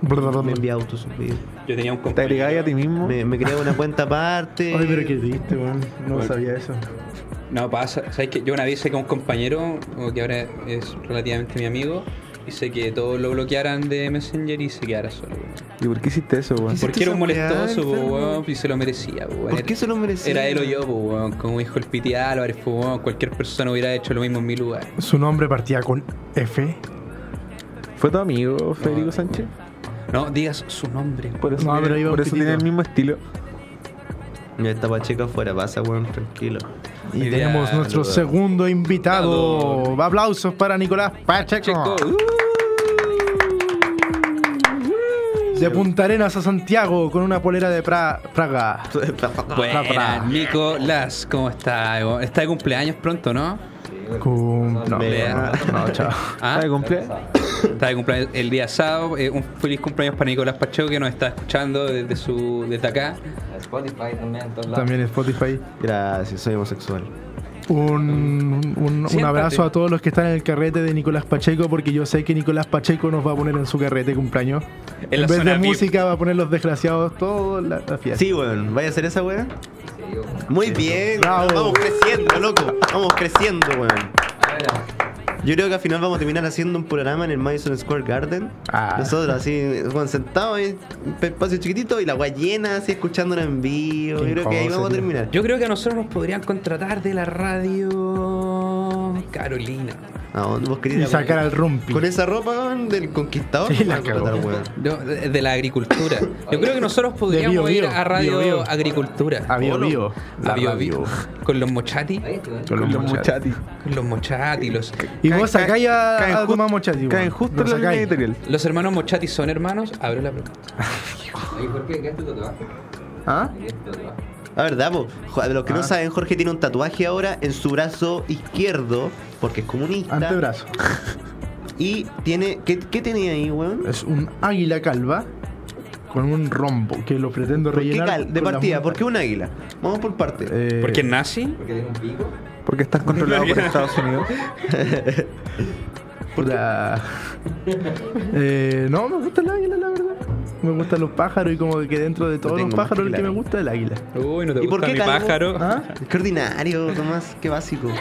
Me envía autozumbido. Yo tenía un te agregáis compañero. a ti mismo. Me, me creé una cuenta aparte. Ay, ¿Ah? pero qué triste, weón. No Bueno. sabía eso. No, pasa. ¿Sabes que Yo una vez sé que un compañero, o que ahora es relativamente mi amigo, hice que todos lo bloquearan de Messenger y se quedara solo. weón. ¿Y por qué hiciste eso, weón? ¿Hiciste Porque era un esa molestoso, weá, po, enfermo? weón, y se lo merecía, po, weón. ¿Por qué se lo merecía? Era él o yo, po, weón, como dijo el Piti Álvarez, po, weón, cualquier persona hubiera hecho lo mismo en mi lugar. Su nombre partía con F. ¿Fue tu amigo Federico Sánchez? No digas su nombre. Por eso, No, tiene- pero iba por un eso pitito. tiene el mismo estilo. Ya está Pacheco afuera, pasa, weón, tranquilo. Y Ya, tenemos nuestro saludo. segundo invitado. Aplausos para Nicolás Pacheco. Ah. Checo. Uh, De Punta Arenas a Santiago con una polera de Pra- Praga. Ah, Buenas, Nicolás, ¿cómo está? Está de cumpleaños pronto, ¿no? Cum- no, Vea. no, chao. ¿Ah? ¿Está de cumpleaños? Está de cumpleaños el día sábado. Eh, un feliz cumpleaños para Nicolás Pacheco que nos está escuchando desde su desde acá. Spotify también, en todos lados. También Spotify. Gracias, soy homosexual. Un, un- un, Siéntate. abrazo a todos los que están en el carrete de Nicolás Pacheco, porque yo sé que Nicolás Pacheco nos va a poner en su carrete de cumpleaños. En En, la vez zona de VIP. música va a poner los desgraciados toda la, la fiesta. Sí, weón, ¿vaya a hacer esa weón? Muy bien, Bravo. vamos creciendo, loco. Vamos creciendo, weón. Yo creo que al final vamos a terminar haciendo un programa en el Madison Square Garden. Ah. Nosotros así, bueno, sentados ahí, un espacio chiquitito y la guay llena, así escuchándonos en vivo. Qué Yo creo que ahí incómodo vamos a sería. terminar. Yo creo que a nosotros nos podrían contratar de la radio Carolina. ¿A dónde Ah, vos querés ir Y a- sacar al rumpi. Con esa ropa weón, del conquistador. Sí, la vamos a tratar, cagó. weón. Yo, de, de la agricultura. Yo creo que nosotros podríamos Bio Bio, ir a Radio Bio Bio. Agricultura. A Bio Bio, A la Bio radio. Bio. Con los mochati. Con los muchachos. Con los mochati. Los, Y Caen- vos sacáis caen a, a justo- Tomás Mochati. Caen vos. justo Lo en la línea sacáis. editorial. los hermanos mochati son hermanos. Abre la pregunta. Oye, ¿por qué? ¿Qué es tu tatuaje? ¿Ah? ¿Qué es tu tatuaje? La verdad, po. Jo- de los que no saben, Jorge tiene un tatuaje ahora en su brazo izquierdo, porque es comunista. Antebrazo. Y tiene. ¿Qué, qué tenía ahí, weón? Es un águila calva con un rombo que lo pretendo ¿Por qué rellenar. cal- de con las partida, ¿por puntas. qué un águila? Vamos por parte. Eh, ¿Por qué nazi? ¿Porque tiene un pico? Porque estás controlado por Estados Unidos. puta. Eh, no, me gusta el águila, la verdad. Me gustan los pájaros y como que dentro de todos los tengo más pájaros el que que el me águila. gusta es el águila. Uy, no te ¿Y por gusta qué mi calvo? pájaro. ¿Ah? Qué ordinario, Tomás, qué básico.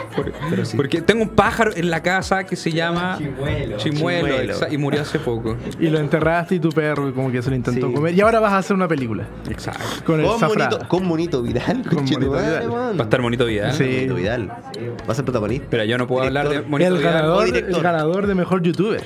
Pero sí. Porque tengo un pájaro en la casa que se llama Chimuelo. Chimuelo, Chimuelo. exa- y murió hace poco. Y lo enterraste y tu perro como que se lo intentó Sí. comer. Y ahora vas a hacer una película Exacto. con el Con zafra. monito, con monito viral, Con conche tu Monito madre, Vidal. weón. Va a estar bonito vida. ¿eh? Sí. Monito Vidal. Va a ser protagonista. Pero yo no puedo hablar de Director. bonito El Vidal. ganador, el director. ganador de mejor youtuber.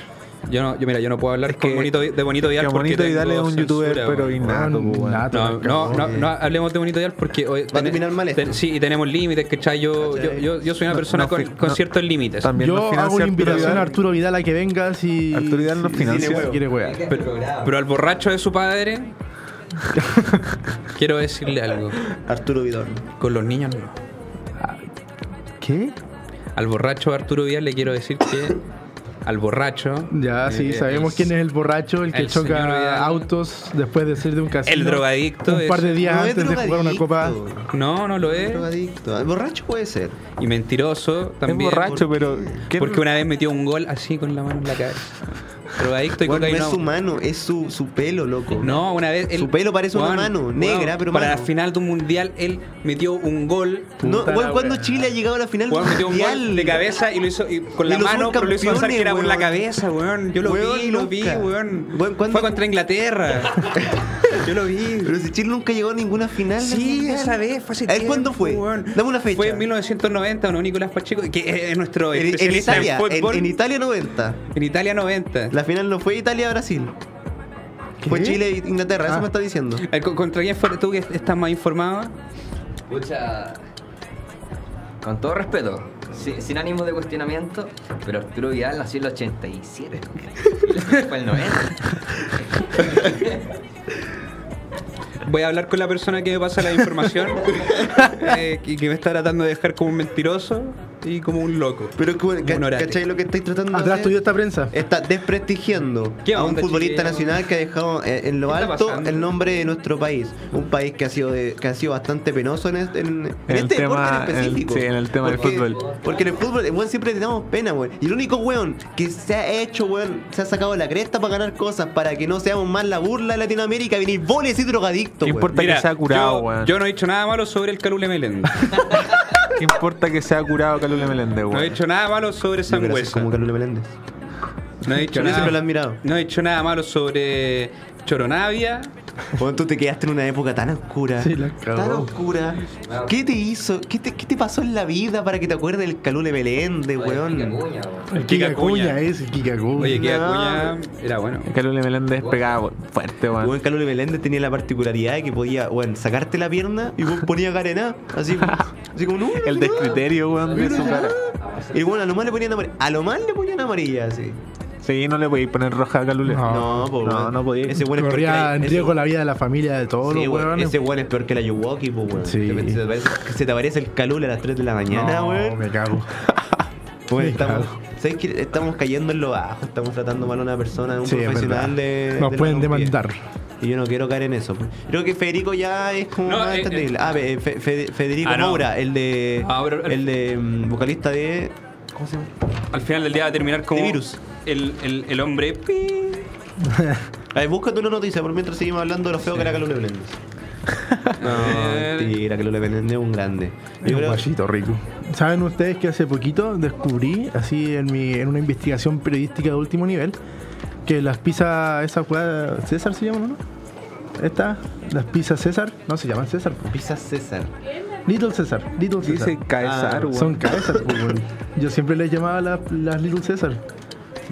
Yo no, yo mira, yo no puedo hablar Es que- con bonito, de bonito Vidal Que porque bonito Vidal tengo es un youtuber, censura, pero weón. innato, Ah, po, weón. innato. No, no, no, no hablemos de bonito ideal porque hoy a terminar mal esto. sí, y tenemos límites, ¿cachai? Yo, yo, ¿Cachai? yo, yo soy una No, persona no, con, fi- con no. ciertos límites. También nos Yo financia hago una Arturo invitación a Vidal. Arturo Vidal a que venga si. Arturo Vidal nos si- financia. si quiere ¿Qué weá. es tu programa? Pero al borracho de su padre, quiero decirle algo. Arturo Vidal. Con los niños no. ¿Qué? Al borracho de Arturo Vidal le quiero decir que al borracho. Ya, eh, sí, eh, sabemos el- quién es el borracho, el que el choca señor Vidal. autos después de ser de un casino. El drogadicto Un es- par de días No es antes de jugar una drogadicto. copa. No, no lo No es es. drogadicto. El borracho puede ser. Y mentiroso también. es borracho, pero. ¿qué- Porque una vez metió un gol así con la mano en la cabeza. Drogadicto y Weón, no cocaína. es su mano, es su, su pelo, loco. No, una vez. Su pelo parece una Weón, mano, weón, negra, pero Para mano. la final de un mundial, él metió un gol. No, Puta weón, la ¿cuándo weá. Chile ha llegado a la final Weón, metió un gol mundial? de cabeza y lo hizo y con Y la los mano, dos pero lo hizo pensar que era con la campeones, cabeza, weón. Yo lo Weón, vi, lo vi, nunca. weón. Weón, ¿cuándo- Fue contra Inglaterra. Yo lo vi. Pero si Chile nunca llegó a ninguna final. Sí, mundial. esa vez, fue hace A ver, tiempo, ¿cuándo fue? weón. Dame una fecha. Fue en 1990, ¿no? Nicolás Pacheco, que es nuestro En- en, especialista en, Italia, en, fútbol. en Italia 90. En Italia 90. La final no fue Italia-Brasil. Fue ¿Qué? Chile e Inglaterra, Ah. eso me está diciendo. Eh, ¿con- ¿Contra quién fue tú que estás más informado? Pucha. Con todo respeto, si- sin ánimo de cuestionamiento, pero Arturo Vidal nació en el 87. Y la fue el 90. Voy a hablar con la persona que me pasa la información eh, que, que me está tratando de dejar como un mentiroso y como un loco. Pero, ¿cu- ca- Un orate. ¿cachai lo que estáis tratando de Atrás hacer? tuyo esta prensa. Está desprestigiando ¿Qué a un onda, futbolista chiquillo? nacional que ha dejado eh, en lo ¿Qué está alto pasando? el nombre de nuestro país. Un país que ha sido de- que ha sido bastante penoso en, este- en- en En el este tema- deporte en específico. en el- sí, en el tema del Porque- fútbol. Porque en el fútbol weón, siempre tenemos pena, weón. Y el único weón que se ha hecho, weón, se ha sacado la cresta para ganar cosas, para que no seamos más la burla de Latinoamérica, venir vos y decir drogadicto, ¿Qué weón. importa que se ha curado, yo, weón? yo no he dicho nada malo sobre el Calule Meléndez. ¿Qué importa que sea curado Calule Meléndez, No he weón? dicho nada malo sobre Yo creo que Sangüesa. soy como Carlos Meléndez. No he dicho Yo nada. siempre lo he admirado. No he dicho nada malo sobre Choronavia. Bueno, tú te quedaste en una época tan oscura. Sí, la cagó. tan oscura. ¿Qué te hizo? ¿Qué te, qué te pasó en la vida para que te acuerdes del Calule Meléndez, weón? Picacuña, weón. El Kika Kika Cuña. Cuña es el Kika Cuña. Oye, que No. Acuña era bueno. Calule Meléndez pegaba fuerte, weón. Weón, Calule Meléndez tenía la particularidad de que podía, weón, sacarte la pierna y vos ponía garená. Así, así como, no, El no, descriterio, weón, de no, su no. cara. Y bueno, a lo más le ponían amarilla. A lo más le ponían amarilla, así. Sí, no le podéis poner roja a Calule. No. No, po, no, weón. no podía. Ese weón es peor que Corría la- en ese- riesgo la vida de la familia de todos Sí, los weón, huevones. Ese weón es peor que la Yuwoki, po, weón. Sí. Se te- se te parece- Se te aparece el calul a las 3 de la mañana, no, weón. me cago. Bueno, Me Pues estamos, cago. ¿sabes qué? Estamos cayendo en lo bajo, estamos tratando mal a una persona, a un Sí, es profesional verdad. de. Nos de la pueden lumpia. demandar. Y yo no quiero caer en eso. pues. Creo que Federico ya es como No, más eh, entendible. Ah, eh, Fe- Fe- Federico Ah, no. Moura, el de. Ah, pero- el de. mm, vocalista de. ¿Cómo se llama? Al final del día va a terminar como De virus. El, el, el hombre. A ver, búscate una noticia por mientras seguimos hablando de lo feo que era Calule Meléndez. Eh. No, mentira, Calule Meléndez es un grande. Es Yo un creo- guayito rico. ¿Saben ustedes que hace poquito descubrí, así en, mi, en una investigación periodística de último nivel, que las pizzas, esa jugada, César se llaman, ¿no? Esta, las pizzas César, no se llaman César. po. Pizza César. Little César, Little César. Dice Caesar, Ah, weón. Son cabezas, pues, po, weón. Yo siempre les llamaba las, las Little César.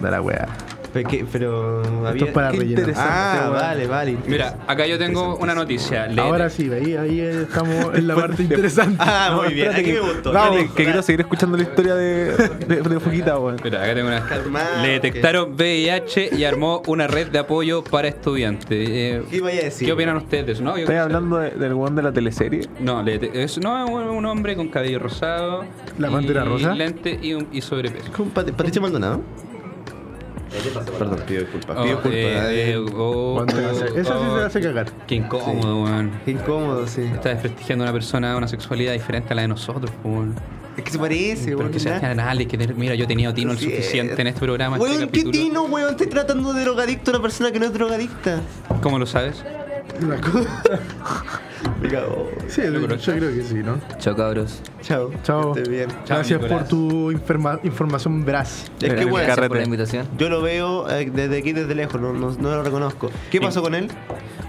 De la wea. Pero, que- pero Esto había- es para qué rellenar. interesante. Ah, weón. vale, vale. Mira, acá yo tengo una noticia. Léete. Ahora sí, ahí, ahí estamos en la parte interesante. Ah, muy bien, espérate aquí que- me gustó. Vamos, Espérate, que quiero seguir escuchando la historia de, de, de Fujita, weón. Espera, acá tengo una. Calmado, Le detectaron VIH y armó una red de apoyo para estudiantes. Eh, ¿Qué vaya a decir? ¿Qué opinan ustedes de eso? No, yo- Estoy hablando de- del weón de la teleserie. No, le dete- es, no, es un- un hombre con cabello rosado. ¿La y bandera rosa? Lente y, un- y sobrepeso. Con Pat- Patricio Maldonado. Perdón, pido disculpas. Oh, Pido disculpas. eh, eh, oh, Cuando se hace- Eso sí oh, se hace cagar. Qué incómodo, weón. Qué incómodo, sí. Está desprestigiando a una persona, una sexualidad diferente a la de nosotros, pues, weón. Es que se parece, Pero weón. es que Sebastián Anales, que tener- mira, yo he tenido tino el Así es. suficiente en este programa. este Weón, ¿qué capítulo. tino, weón? Estoy tratando de drogadicto a una persona que no es drogadicta. ¿Cómo lo sabes? Una cosa- Me cago. Sí, yo creo que sí, ¿no? Chao, cabros. Chao. Chao. Que estés bien. Gracias por Nicolás. tu informa- información veraz. Es que, El weón, Gracias carrete. por la invitación. yo lo veo eh, desde aquí, desde lejos. No, no- no lo reconozco. ¿Qué pasó con él?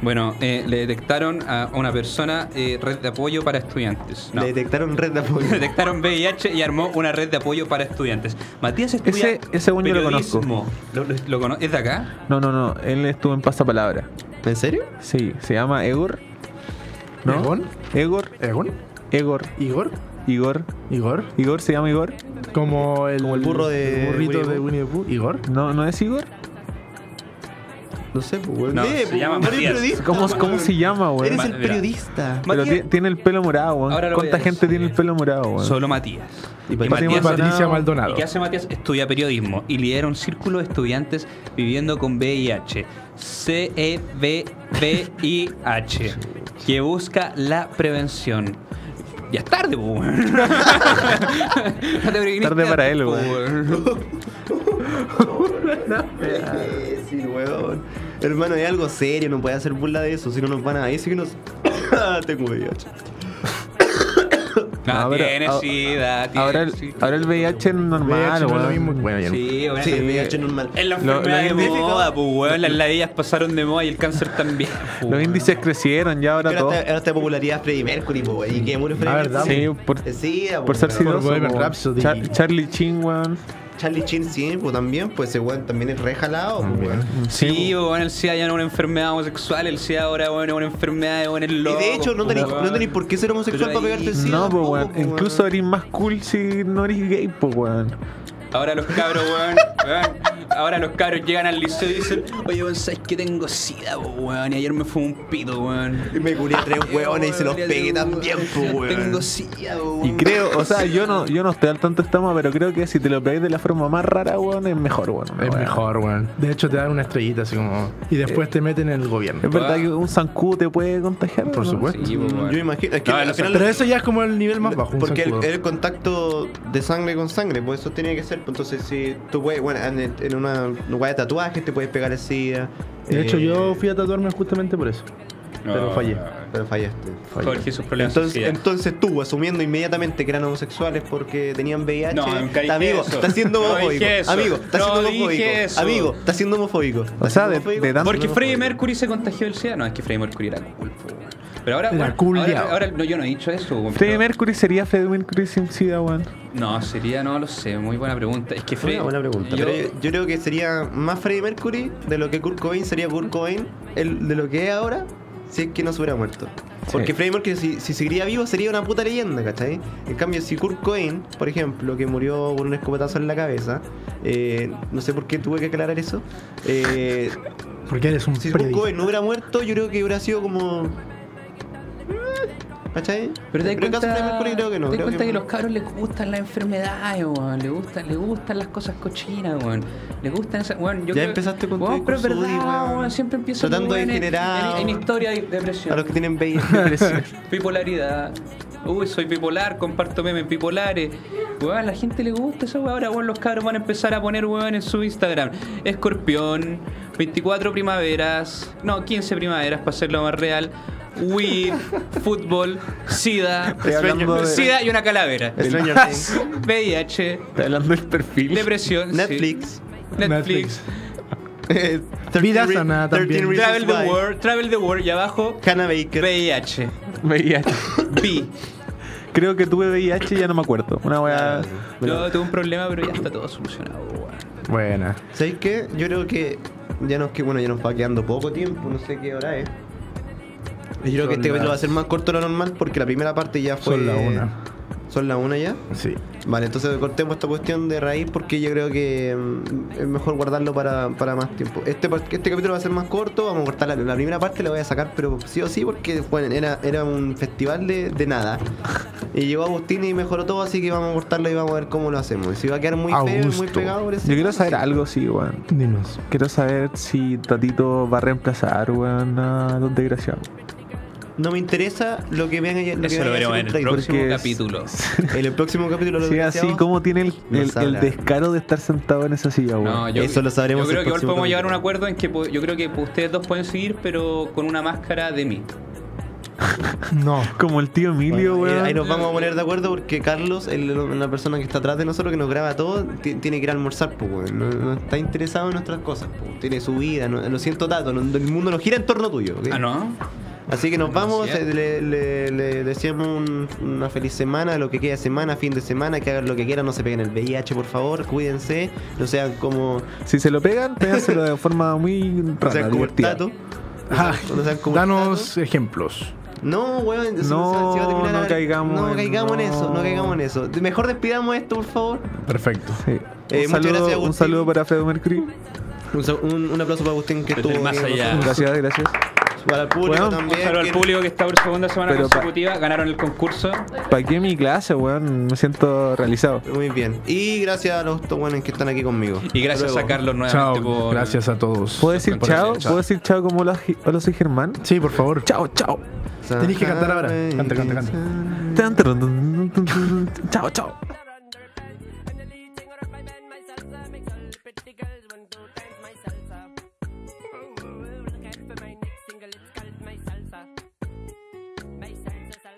Bueno, eh, le detectaron a una persona eh, red de apoyo para estudiantes. No. Le detectaron red de apoyo. detectaron VIH y armó una red de apoyo para estudiantes. Matías estudia Ese- ese buen yo lo periodismo. conozco. Lo- lo- lo cono- ¿Es de acá? No, no, no. Él estuvo en Pasapalabra. ¿En serio? Sí, se llama Egor. ¿No? ¿Egon? Egor. ¿Egon? Egor. ¿Eh, ¿Igor? Igor. ¿Igor? Igor se llama Igor. Como el, Como el burro de el burrito Winnie the de Winnie the Pooh. ¿Igor? No, ¿no es Igor? No sé, pues, weón. No, Lee, se pues, llama weón, eres Matías. periodista, ¿Cómo, cómo weón. se llama, weón? Eres el Ma- mira. periodista. Pero ti- tiene el pelo morado, Ahora weón. lo voy a ¿Cuánta gente decir. tiene el pelo morado, weón? Solo Matías. Y Y Patricia Matías- Patricia ¿Y Maldonado. qué hace Matías? Estudia periodismo y lidera un círculo de estudiantes viviendo con VIH. E C-E-V-V-I-H. Que busca la prevención. Ya es tarde, po, weón. No te previniste Tarde para antes, él, po, weón. Sí, weón. Hermano, es algo serio, no puede hacer burla de eso, si no nos van a decir que nos. Ah, Tengo VIH. No, Ahora- tienes ahora- sida, tienes Ahora el, sida. ahora el VIH es normal, VIH no es lo weón. mismo. Bueno, ya no. Sí, bueno, Sí, sí. el VIH es normal. Es la Lo- enfermedad lo de identifico- moda, pues, weón. Las ladillas pasaron de moda y el cáncer también. po, Los weón. índices crecieron ya ahora Pero todo. ahora está- ahora está de popularidad Freddy Mercury, po, y que murió Freddy Ah, ¿verdad? Mercury. Sí, por, Eh, Sí, ah, po, por ser weón. Por sidoso, Bohemian weón. Rhapsody. Char- Charlie Chin, weón. Charlie Chin, sí, pues también, pues ese weón también es rejalado, pues weón. Sí, weón, el SIDA ya no es una enfermedad homosexual, el SIDA ahora weón, es una enfermedad, weón, es Y loco. de hecho, no tenéis weón. no tenéis por qué ser homosexual Pero para ahí- pegarte el SIDA. no, pues tampoco, weón. po, Incluso eres más cool si no eres gay, pues weón. Ahora los cabros, weón, weón, ahora los cabros llegan al liceo y dicen, oye, weón, ¿sabes que tengo SIDA, po, weón? Y ayer me fumé un pito, weón. Y me curé a tres hueones y se los Weón, pegué también, pues Tengo weón. SIDA, po, Y weón. creo, o sea, yo no, yo no estoy al tanto de esta moda, pero creo que si te lo pegáis de la forma más rara, weón, es mejor, weón. Es weón. mejor, weón. De hecho, te dan una estrellita así como. Y Eh, después te meten en el gobierno. Es verdad que un zancudo te puede contagiar. Por weón. supuesto. Sí, po, weón. Yo imagino, es que No, al no sé, final. Pero eso ya es como el nivel más bajo. un Porque el, zancudo. el contacto de sangre con sangre, pues eso tenía que ser. pues Entonces, si tú puedes, bueno, en, en una guay de tatuajes te puedes pegar el SIDA. De hecho, eh, yo fui a tatuarme justamente por eso. Pero Ah. fallé. Pero fallaste. fallé. Jorge y sus problemas entonces, sociales. entonces tú, asumiendo inmediatamente que eran homosexuales porque tenían VIH, No, nunca dije amigo, eso. estás siendo No homofóbico. dije eso. amigo, estás No siendo dije homofóbico. eso. Amigo, estás siendo homofóbico. O sea, de- de tanto- Porque Freddie Mercury se contagió del SIDA. No, es que Freddie Mercury era cool. po, weón. Pero ahora, Era bueno, cool, ahora, ya. ahora- no, yo no he dicho eso. weón, Freddie pero- Mercury sería Freddie Mercury sin SIDA, weón. No, sería, no lo sé, muy buena pregunta. Es que Freddie. Una buena pregunta, Yo, yo- yo creo que sería más Freddie Mercury de lo que Kurt Cobain sería Kurt Cobain el, de lo que es ahora si es que no se hubiera muerto. Porque Freddie Mercury, si, si seguiría vivo, sería una puta leyenda, ¿cachai? En cambio, si Kurt Cobain, por ejemplo, que murió por un escopetazo en la cabeza, eh, no sé por qué tuve que aclarar eso. eh, Porque eres un si Kurt predi- Cobain no hubiera muerto, yo creo que hubiera sido como. ¿cachai? Pero te das en el caso de cuenta, Freddie Mercury, creo que no. te creo das cuenta que, los cabros les gustan las enfermedades, weón. Les gustan, les gustan las cosas cochinas, weón. Les gustan esas, weón. Yo Ya creo- empezaste con tu weón, pero es discurso, verdad, Udi, weón. weón. Siempre empiezo Tratando de weón, en- generar- En, en historia de depresión. a los que tienen VIH. Bipolaridad. Uy, soy bipolar, comparto memes bipolares. Weón, a la gente le gusta eso, weón. Ahora, weón, los cabros van a empezar a poner, weón, en su Instagram. Escorpión, 24 primaveras, no, 15 primaveras, para hacerlo más real. Weed, fútbol, SIDA, Estoy hablando de- SIDA y una calavera. Stranger Things. VIH, Está hablando del perfil. depresión, sí. Netflix. Netflix, Netflix. 13 Vida re- sana 13 también. reasons Travel the why. World, Travel the World y abajo, Hannah Baker. VIH, VIH. B. Creo que tuve VIH y ya no me acuerdo. Una weá. Yo tuve un problema, pero ya está todo solucionado, weón. Buena. ¿Sabéis qué? Yo creo que ya nos, que, bueno, ya nos va quedando poco tiempo, no sé qué hora es. Yo creo que este capítulo va a ser más corto de lo normal porque la primera parte ya fue. Son la una. ¿Son la una ya? Sí. Vale, entonces cortemos esta cuestión de raíz porque yo creo que mm, es mejor guardarlo para, para más tiempo. Este, par- este capítulo va a ser más corto, vamos a cortar la, la primera parte, la voy a sacar, pero sí o sí, porque bueno, era, era un festival de, de nada. Y llegó Agustín y mejoró todo, así que vamos a cortarlo y vamos a ver cómo lo hacemos. Y si va a quedar muy feo y muy Augusto. pegado, por eso- Yo quiero saber algo, sí, weón. Dinos. Quiero saber si Tatito va a reemplazar, weón, a Don Desgraciado. No me interesa lo que vean lo Eso que lo vayan a veremos hacer en el los traidores. próximo Porque- capítulo. En el próximo capítulo lo Sí, así como tiene el, No el- el sabrá. descaro de estar sentado en esa silla, weón. No, Eso lo sabremos Yo creo el que igual próximo podemos llegar a un capítulo. acuerdo en que po- yo creo que ustedes dos pueden seguir, pero con una máscara de mí. No. Como el tío Emilio, Bueno, weón. eh, ahí nos vamos a poner de acuerdo porque Carlos, el- la persona que está atrás de nosotros, que nos graba todo, ti- tiene que ir a almorzar, pues, weón. No, no está interesado en nuestras cosas, pues. Tiene su vida, no- lo siento tanto, no- el mundo no gira en torno tuyo. ¿ok? Ah, no. Así que nos vamos, Así es. eh, le, le- le deseamos un- una feliz semana, lo que queda de semana, fin de semana, que hagan lo que quieran, no se peguen el VIH, por favor, cuídense, no sean como, Si se lo pegan, péganselo de forma muy no rara, sean como el divertida. tato. Ah, No sean como el danos ejemplos. No, weón, se- se- se va a No, terminar no la- caigamos No en- caigamos en eso, no no. caigamos en eso. Mejor despidamos esto, por favor. Perfecto. Sí. Eh, un, muchas saludo, gracias, Agustín. un saludo para Fredo Mercury. Un, sa- un- un aplauso para Agustín que Desde estuvo el más aquí con allá. nosotros. Gracias, gracias. Para el público Bueno, Un también. saludo al que- público que está por segunda semana Pero pa- consecutiva. Ganaron el concurso. ¿Para qué mi clase, weón? Me siento realizado. Muy bien. Y gracias a los dos buenos que están aquí conmigo. Y gracias Hasta a luego. Carlos nuevamente Chao. por. Gracias a todos. ¿Puedo decir Por- chao? chao. ¿Puedo decir chao como lo, lo soy Germán? Sí, por favor. Chao, chao. Tenés que cantar ahora. Canta, canta, canta. Tan, tan, tan, tan, tan, tan. Chao, chao.